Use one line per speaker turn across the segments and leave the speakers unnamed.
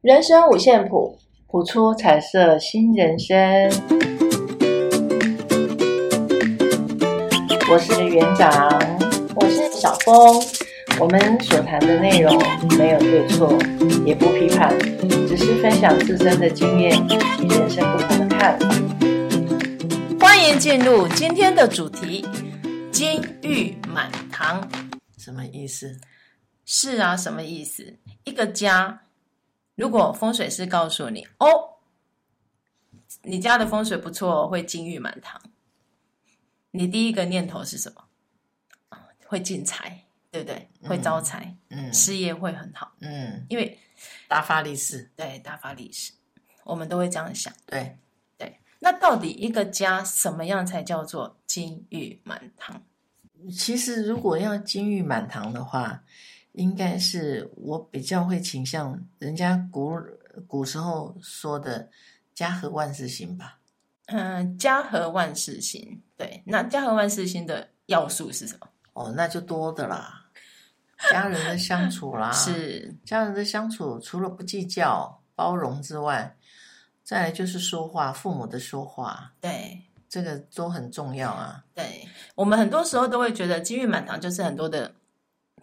人生五线谱，谱出彩色新人生。我是园长，我是小峰。我们所谈的内容没有对错，也不批判，只是分享自身的经验与人生不同的看法。欢迎进入今天的主题：金玉满堂。
什么意思？
是啊，什么意思？一个家，如果风水师告诉你哦，你家的风水不错，会金玉满堂，你第一个念头是什么？啊会进财，对不对？会招财，
嗯
事业会很好，
嗯，
因为
达发利是，
对大发利是，我们都会这样想。
对，
对，那到底一个家什么样才叫做金玉满堂？
其实如果要金玉满堂的话，应该是我比较会倾向人家古古时候说的“家和万事兴”吧。
嗯，家和万事兴。对，那家和万事兴的要素是什么？
哦，那就多的啦，家人的相处啦，
是
家人的相处，除了不计较、包容之外，再来就是说话，父母的说话，
对，
这个都很重要啊。
对我们很多时候都会觉得金玉满堂就是很多的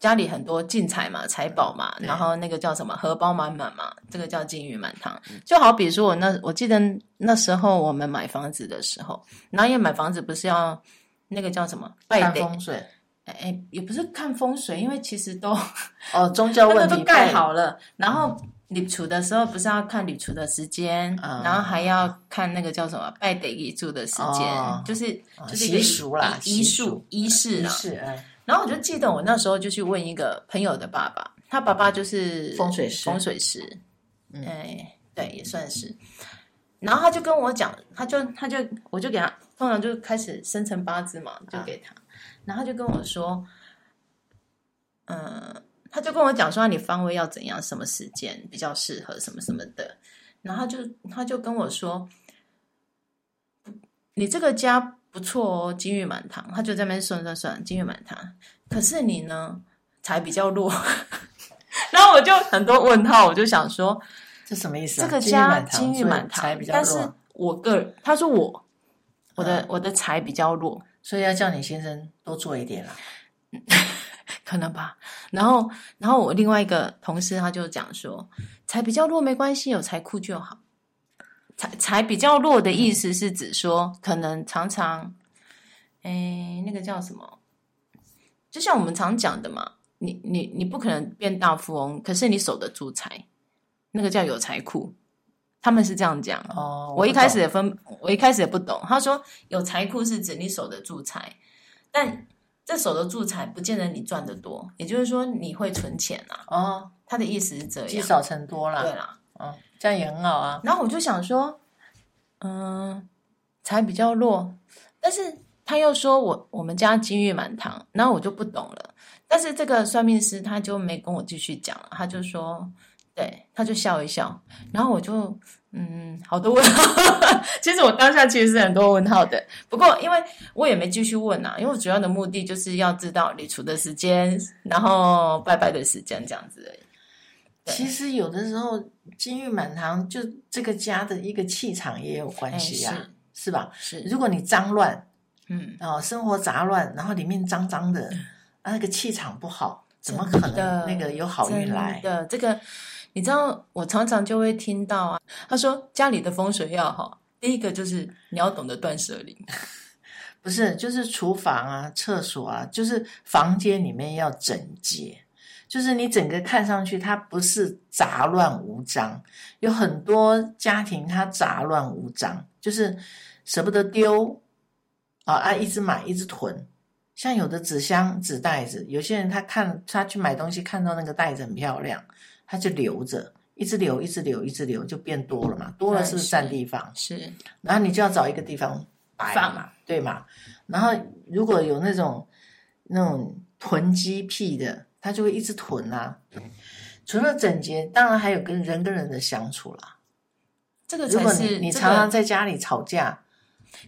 家里很多进财嘛、财宝嘛，
对嗯
然后那个叫什么荷包满满嘛，这个叫金玉满堂。就好比说我那我记得那时候我们买房子的时候，然后因为买房子不是要那个叫什么拜
看
得
风水
哎哎，也不是看风水，因为其实都
哦，宗教
那
问嗯
个
题
都盖
拜
好了，然后。礼厨的时候不是要看礼厨的时间，
啊
然后还要看那个叫什么拜得仪住的时间，
哦
就是
啊
就是一个
习俗啦
仪仪
习
术
俗
仪式
仪
啊，
式，哎
然后我就记得我那时候就去问一个朋友的爸爸，他爸爸就是
风水师
风水师，
嗯
哎，对，也算是。然后他就跟我讲，他就他就我就给他，通常就开始生辰八字嘛，
啊
就给他，然后他就跟我说，嗯、他就跟我讲说你方位要怎样，什么时间比较适合，什么什么的。然后他就他就跟我说，你这个家不错哦，金玉满堂。他就在那边算算算，金玉满堂。可是你呢，才比较弱。 然后我就很多问号，我就想说，
这什么意思、啊？
这个
金玉
家
满堂
金玉
所以
满堂，
财比较
但是
弱，嗯
我个人，他说我，我的、我的财比较弱，
所以要叫你先生多做一点啦。
可能吧。然后，然后我另外一个同事他就讲说，财比较弱没关系，有财库就好。财财比较弱的意思是指说，可能常常，诶，那个叫什么？就像我们常讲的嘛，你你你不可能变大富翁，可是你守得住财，那个叫有财库。他们是这样讲
哦，
我一开始
不懂
也分，我一开始也不懂。他说有财库是指你守得住财，但这守得住财不见得你赚得多，也就是说你会存钱啊。
哦，
他的意思是这
积
样，
少成多
嗯对
啦。
啦。
嗯，这样也很好啊。
然后我就想说，嗯、财比较弱，但是他又说我我们家金玉满堂，然后我就不懂了。但是这个算命师他就没跟我继续讲了，他就说，对，他就笑一笑，然后我就嗯，好多问号。 其实我当下其实是很多问号的，不过因为我也没继续问啊，因为我主要的目的就是要知道礼厨的时间，然后拜拜的时间这样子而已。对
其实有的时候金玉满堂，就这个家的一个气场也有关系啊，
哎
是吧？
是，
如果你脏乱
嗯，
哦，生活杂乱，然后里面脏脏的，啊，那个气场不好，怎么可
真
能
的
那个有好运来？
的，这个你知道，我常常就会听到啊，他说家里的风水要好，第一个就是你要懂得断舍离。
不是，就是厨房啊、厕所啊，就是房间里面要整洁，就是你整个看上去它不是杂乱无章。有很多家庭它杂乱无章，就是舍不得丢啊啊，一直买一直囤。像有的纸箱、纸袋子，有些人他看他去买东西，看到那个袋子很漂亮，他就留着，一直留，一直留，一直留，就变多了嘛。多了是不是占
哎是
地方？
是，
然后你就要找一个地方摆
放
嘛，对嘛？然后如果有那种那种囤积癖的，他就会一直囤啊。除了整洁，当然还有跟人跟人的相处啦。
这个
如
才
果
是
你你
这
常常
个
在家里吵架，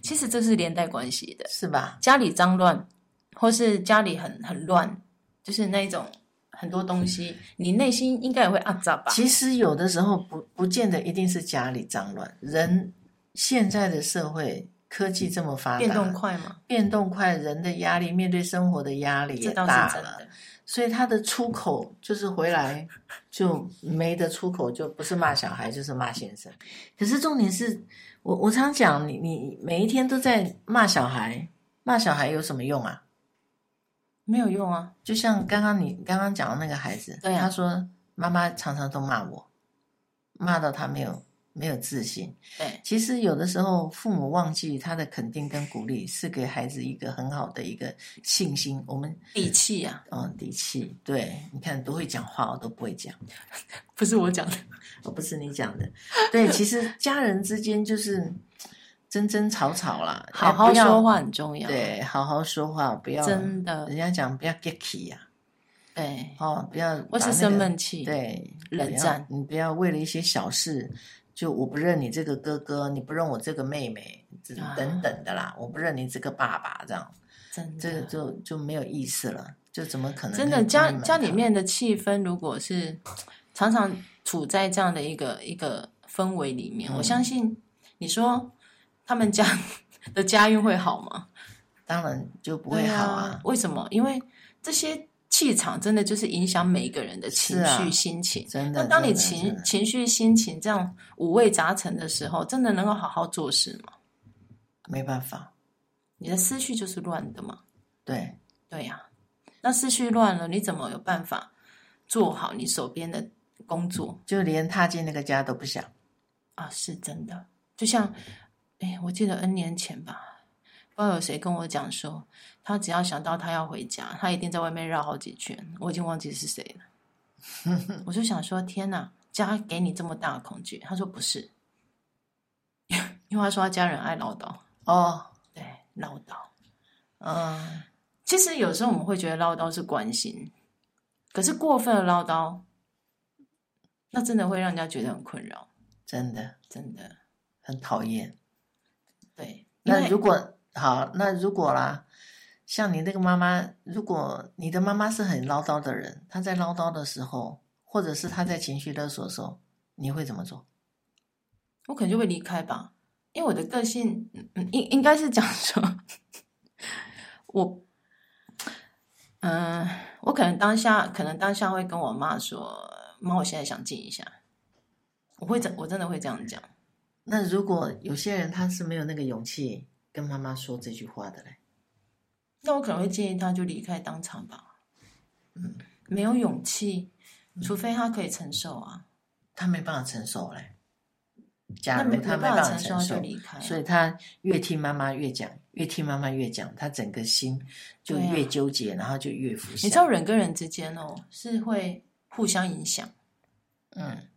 其实这是连带关系的。
是吧？
家里脏乱，或是家里很很乱，就是那一种很多东西，你内心应该也会阿杂吧？
其实有的时候不不见得一定是家里脏乱，人现在的社会科技这么发达，
变动快嘛，
变动快，人的压力，面对生活的压力也
这倒
大
是真
了，
的。
所以他的出口就是回 来就没得出口，就不是骂小孩就是骂先生。可是重点是我我常讲，你你每一天都在骂小孩，骂小孩有什么用啊？
没有用啊，
就像刚刚你刚刚讲的那个孩子，
对啊
他说妈妈常常都骂我，骂到他没有没有自信。
对，
其实有的时候父母忘记他的肯定跟鼓励，是给孩子一个很好的一个信心。我们
底气啊呀、
嗯底气，对，你看多会讲话，我都不会讲，
不是我讲的，
我哦不是你讲的。对，其实家人之间就是争争吵吵啦，哎
好好
不要
说，话很重要。，
对，好好说话，不要
真的
人，家讲不要 get 呀、
对，
哦，不要把
或是
那
生
个
闷气，，
对，
冷
不要
战，
你不要为了一些小事，就我不认你这个哥哥，你不认我这个妹妹，这
啊
等等的啦，我不认你这个爸爸，这样
真的，
这个就就没有意思了，就怎么可能
真的
会
家
进入门
家里
槛
面的气氛，如果是常常处在这样的一个一个氛围里面，我
嗯
相信你说他们家 的家运会好吗？
当然就不会好
对啊。为什么？因为这些气场真的就是影响每一个人的情
是啊
绪、心情。
真的。
那当
真
你
的啊真
情
的
情绪、心情这样五味杂陈的时候，真的能够好好做事吗？
没办法，
你的思绪就是乱的嘛。
对
对呀、那思绪乱了，你怎么有办法做好你手边的工作
就连踏进那个家都不想。
啊？是真的。就像，哎，我记得 N 年前吧，不知道有谁跟我讲说，他只要想到他要回家，他一定在外面绕好几圈。我已经忘记是谁了。 我就想说，天哪，家给你这么大的恐惧？他说不是， 因为他说他家人爱唠叨，
哦，
对，唠叨。
嗯，
其实有时候我们会觉得唠叨是关心，可是过分的唠叨，那真的会让人家觉得很困扰，
真的
真的。
很讨厌。
对，因
那
为
如果好，那如果啦，像你那个妈妈，如果你的妈妈是很唠叨的人，她在唠叨的时候，或者是她在情绪勒索的时候，你会怎么做？
我可能就会离开吧，因为我的个性，嗯嗯应应该是讲说， 我，嗯、我可能当下，可能当下会跟我妈说，妈，我现在想静一下，我会真，我真的会这样讲。
那如果有些人他是没有那个勇气跟妈妈说这句话的嘞，
那我可能会建议他就离开当场吧。嗯，没有勇气，除非他可以承受啊。
他没办法承受嘞。假
那
如
没
他
没
没
办
办法
法承受
承
他
受
就，离开啊。
所以他越听妈妈越讲，越听妈妈越讲，他整个心就
对啊
越纠结，然后就越浮
你知
想。
道人跟人之间哦是会互相影响。
嗯，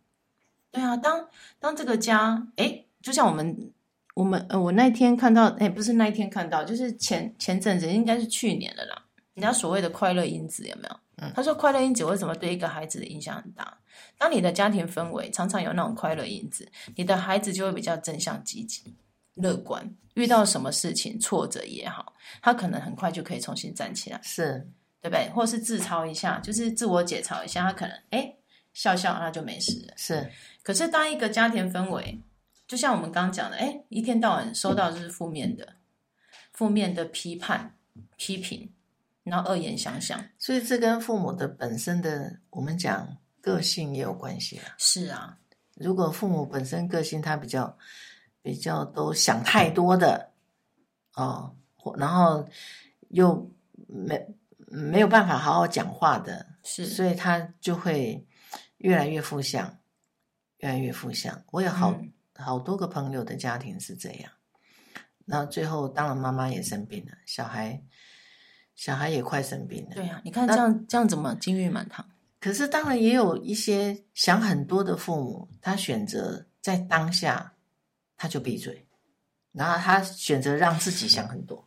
对啊，当当这个家，诶，就像我们我们呃，我那天看到，诶，不是那一天看到，就是前前阵子应该是去年了啦。人家所谓的快乐因子有没有？
嗯
他说快乐因子为什么对一个孩子的影响很大？当你的家庭氛围常常有那种快乐因子，你的孩子就会比较正向、积极、乐观。遇到什么事情、挫折也好，他可能很快就可以重新站起来。
是
对不对？或是自嘲一下，就是自我解嘲一下，他可能哎笑笑，那就没事了。
是，
可是当一个家庭氛围，就像我们刚刚讲的，哎，一天到晚收到就是负面的、负面的批判、批评，然后恶言相向，
所以这跟父母的本身的，我们讲个性也有关系啊。
是啊，
如果父母本身个性他比较比较都想太多的，哦，或然后又没没有办法好好讲话的，
是
所以他就会越来越负向，越来越负向。我有好、
嗯
好多个朋友的家庭是这样，那最后当然妈妈也生病了，小孩小孩也快生病了，
对啊。你看这样这样怎么金玉满堂？
可是当然也有一些想很多的父母，他选择在当下他就闭嘴，然后他选择让自己想很多，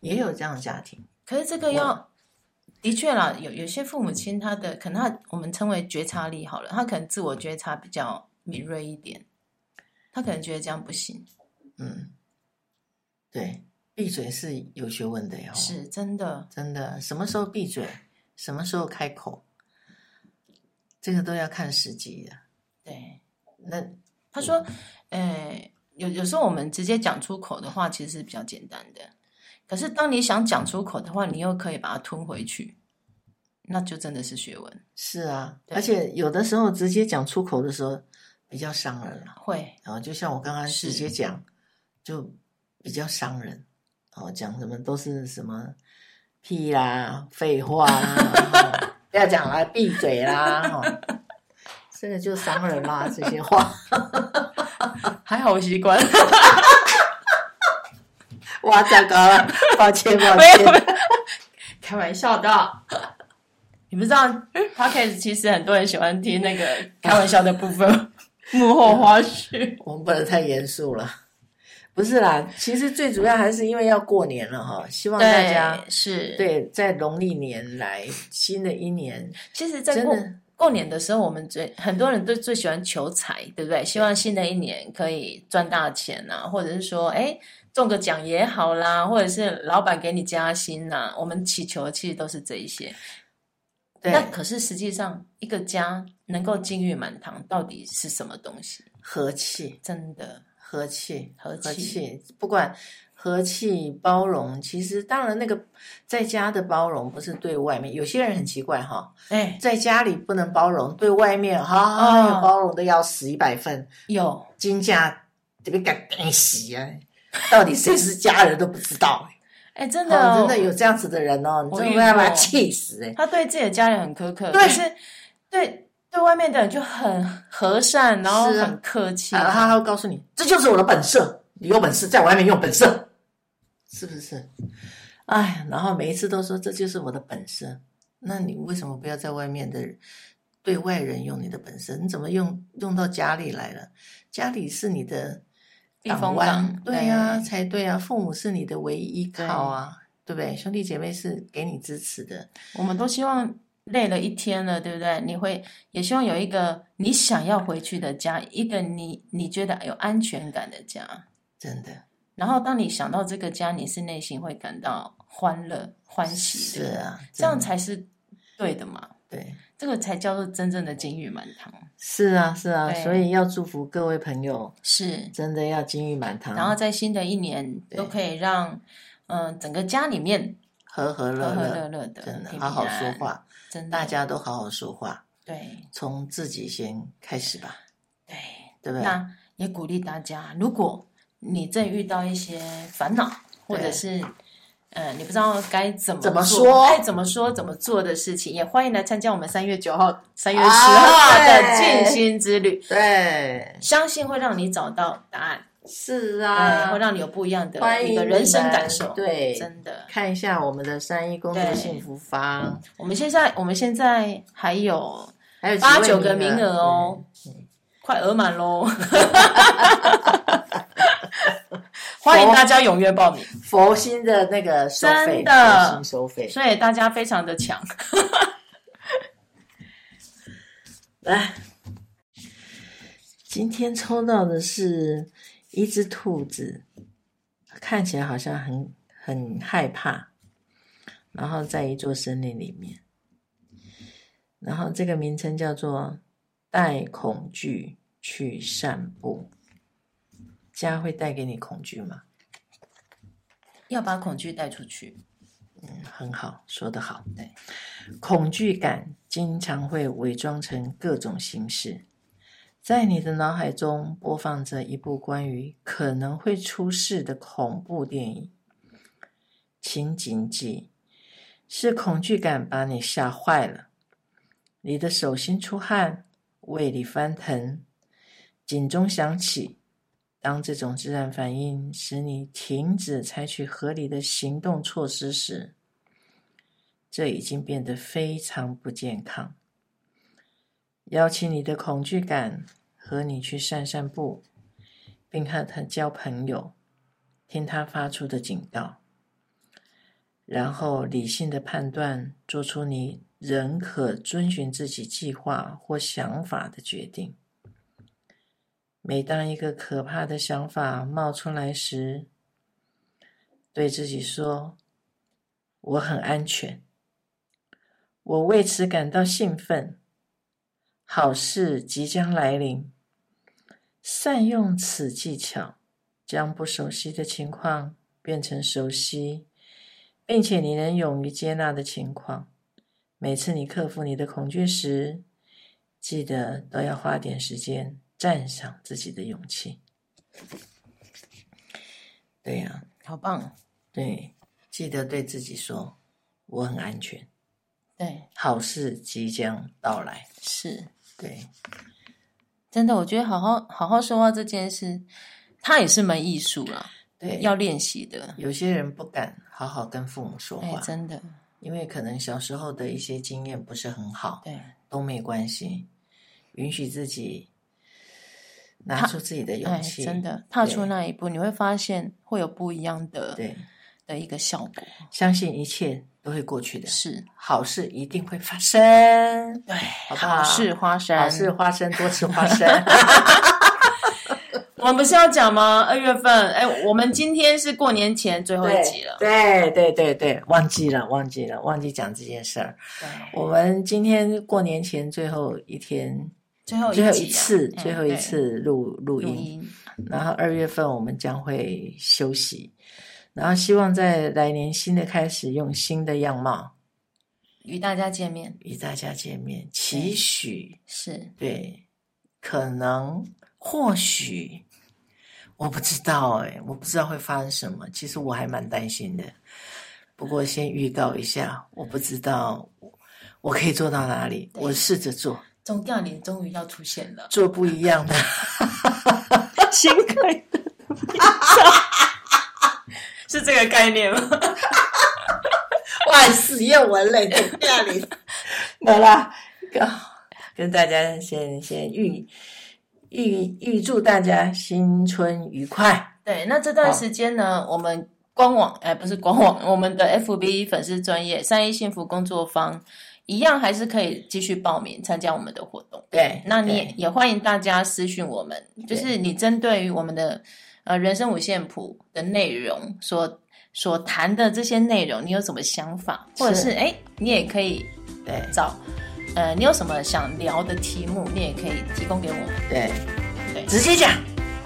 也有这样的家庭。
可是这个要，的确啦，有有些父母亲他的可能他我们称为觉察力好了，他可能自我觉察比较敏锐一点，他可能觉得这样不行，
嗯，对，闭嘴是有
哦
学问的哟，哦
是真的。
真的。什么时候闭嘴，什么时候开口，这个都要看时机的、
对，
那
他说，呃，有有时候我们直接讲出口的话，其实是比较简单的。可是当你想讲出口的话，你又可以把它吞回去，那就真的是学问。
是啊，
对
而且有的时候直接讲出口的时候比较伤人了、
会，
然后就像我刚刚
是
直接讲，就比较伤人。哦，讲什么都是什么屁啦、废话啦， 哦不要讲啦，闭嘴啦，哦， 这个就伤人啦，这些话。
还好我习惯了，
哇，糟糕了，抱歉，抱
没有没
歉。
开玩笑的。你不知道 podcast 其实很多人喜欢听那个开玩笑的部分，幕后花絮。
我们不能太严肃了。不是啦，其实最主要还是因为要过年了哈，希望大家
对，是，。
对在农历年来新的一年，
其实，在
真
过
的
过年的时候，我们最很多人都最喜欢求财，对不对？希望新的一年可以赚大钱啊，或者是说，哎，中个奖也好啦，或者是老板给你加薪呐、我们祈求的其实都是这一些。
对
那可是实际上，一个家能够金玉满堂，到底是什么东西？
和气、
真的，
和气、
和气
和气，不管和气包容，其实当然那个在家的包容不是对外面，有些人很奇怪哈，
哎，
在家里不能包容，对外面
哦
哈、包容的要死一百分，
有
金价这边敢干洗啊，到底谁是家人都不知道。欸
哎，真的、
哦，真的有。这样子的人哦，你
我
真
遇
的要把他
过
气死哎、
他对自己的家人很苛刻，
对
可是对对外面的人就很和善，然后
是啊
很客气。
啊，他还会告诉你，这就是我的本色，你有本事在我外面用本色，是不是？哎，然后每一次都说这就是我的本色，那你为什么不要在外面的对外人用你的本色？你怎么用用到家里来了？家里是你的
避风
湾
港，
对呀、
对
才对啊，父母是你的唯一依靠啊，对不对？兄弟姐妹是给你支持的，
我们都希望累了一天了，对不对？你会也希望有一个你想要回去的家，一个你你觉得有安全感的家。
真的。
然后当你想到这个家，你是内心会感到欢乐、欢喜
是
的，
啊，
这样
真的
才是对的嘛。
对。
这个才叫做真正的金玉满堂。
是啊，是啊，
对
所以要祝福各位朋友，
是，
真的要金玉满堂，
然后在新的一年
啊对
都可以让嗯、呃整个家里面
和和乐
和和乐
乐，
乐的，
真的
平平
好好说
安，
话，
真的
大家都好好说话，
对
从自己先开始吧，
对。
对不对？
那也鼓励大家，如果你正遇到一些烦恼，或者是呃你不知道该怎么
怎么
做
说
该怎么说、怎么做的事情，也欢迎来参加我们三月九号、三月十
啊
号的
对
静心之旅，
对，
相信会让你找到答案，呃
是
对，会
啊，
让你有不一样的
欢迎
一个
你
人生
们
感受。
对
真的，
看一下我们的三一工作
对
幸福方，
我们现在我们现在还有
还有几位
八九个名额哦，快额满 喽！欢迎大家踊跃报名。
对，佛心的那个收费，
真的
佛心收费，
所以大家非常的强。
来，今天抽到的是一只兔子，看起来好像很很害怕，然后在一座森林里面，然后这个名称叫做“带恐惧去散步”。家会带给你恐惧吗？
要把恐惧带出去，
嗯，很好，说得好。
对，
恐惧感经常会伪装成各种形式，在你的脑海中播放着一部关于可能会出事的恐怖电影。请谨记，是恐惧感把你吓坏了，你的手心出汗，胃里翻腾，警钟响起。当这种自然反应使你停止采取合理的行动措施时，这已经变得非常不健康。邀请你的恐惧感和你去散散步，并和他交朋友，听他发出的警告，然后理性的判断，做出你仍可遵循自己计划或想法的决定。每当一个可怕的想法冒出来时，对自己说：“我很安全。”我为此感到兴奋。好事即将来临。善用此技巧，将不熟悉的情况变成熟悉，并且你能勇于接纳的情况。每次你克服你的恐惧时，记得都要花点时间赞赏自己的勇气。对呀、
好
哦
棒，
对，记得对自己说：“我很安全，
对，
好事即将到来。
是”
对，
真的。我觉得好好好好说话这件事，它也是门艺术啦，
对，
要练习的。
有些人不敢好好跟父母说
哎
话，，
真的，
因为可能小时候的一些经验不是很好，
对，
都没关系，允许自己拿出自己的
哎，
勇气，
真的，踏
对
出那一步，你会发现会有不一样的
对，啊
的一个效果。
相信一切都会过去的，
是，
好事一定会发生。
对，
哎好不好
哎好事花
好
生，
事花生，多吃花生。
我们不是要讲吗？二月份，哎，我们今天是过年前最后一集了。
对对对对，忘记了，忘记了，忘记讲这件事儿。
对，
我们今天过年前最后一天，
最后
最后
集
一
啊
次，
哎
最后一
对
次录录
录
音，
音，
然后二月份我们将会休息，然后希望在来年新的开始，用新的样貌
与大家见面，
与大家见面。期许
是
对，可能或许。我不知道哎、我不知道会发生什么。其实我还蛮担心的，不过先预告一下，我不知道我我可以做到哪里，我试着做，
中调年终于要出现了，
做不一样的。
新概念，是这个概念吗？
万事要文类的那里， 没啦，跟跟大家先先预预预祝大家新春愉快。
对，那这段时间呢，我们官网哎、不是官网， 我们的 FB 粉丝专业三一幸福工作坊一样还是可以继续报名参加我们的活动。
对，
那你也
对
也欢迎大家私讯我们，就是你针对于我们的呃人生五线谱的内容所所谈的这些内容，你有什么想法，或者
是
是哎、你也可以
对
找呃，你有什么想聊的题目，你也可以提供给我们，
对
对
直接讲，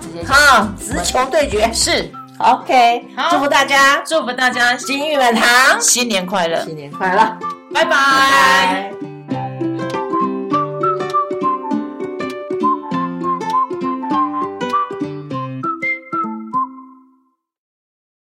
直接
好，直球对决。
是
OK，
好
祝福大家
祝福大家
金玉满堂，
新年快乐，
新年快乐，
拜
拜
拜。
拜。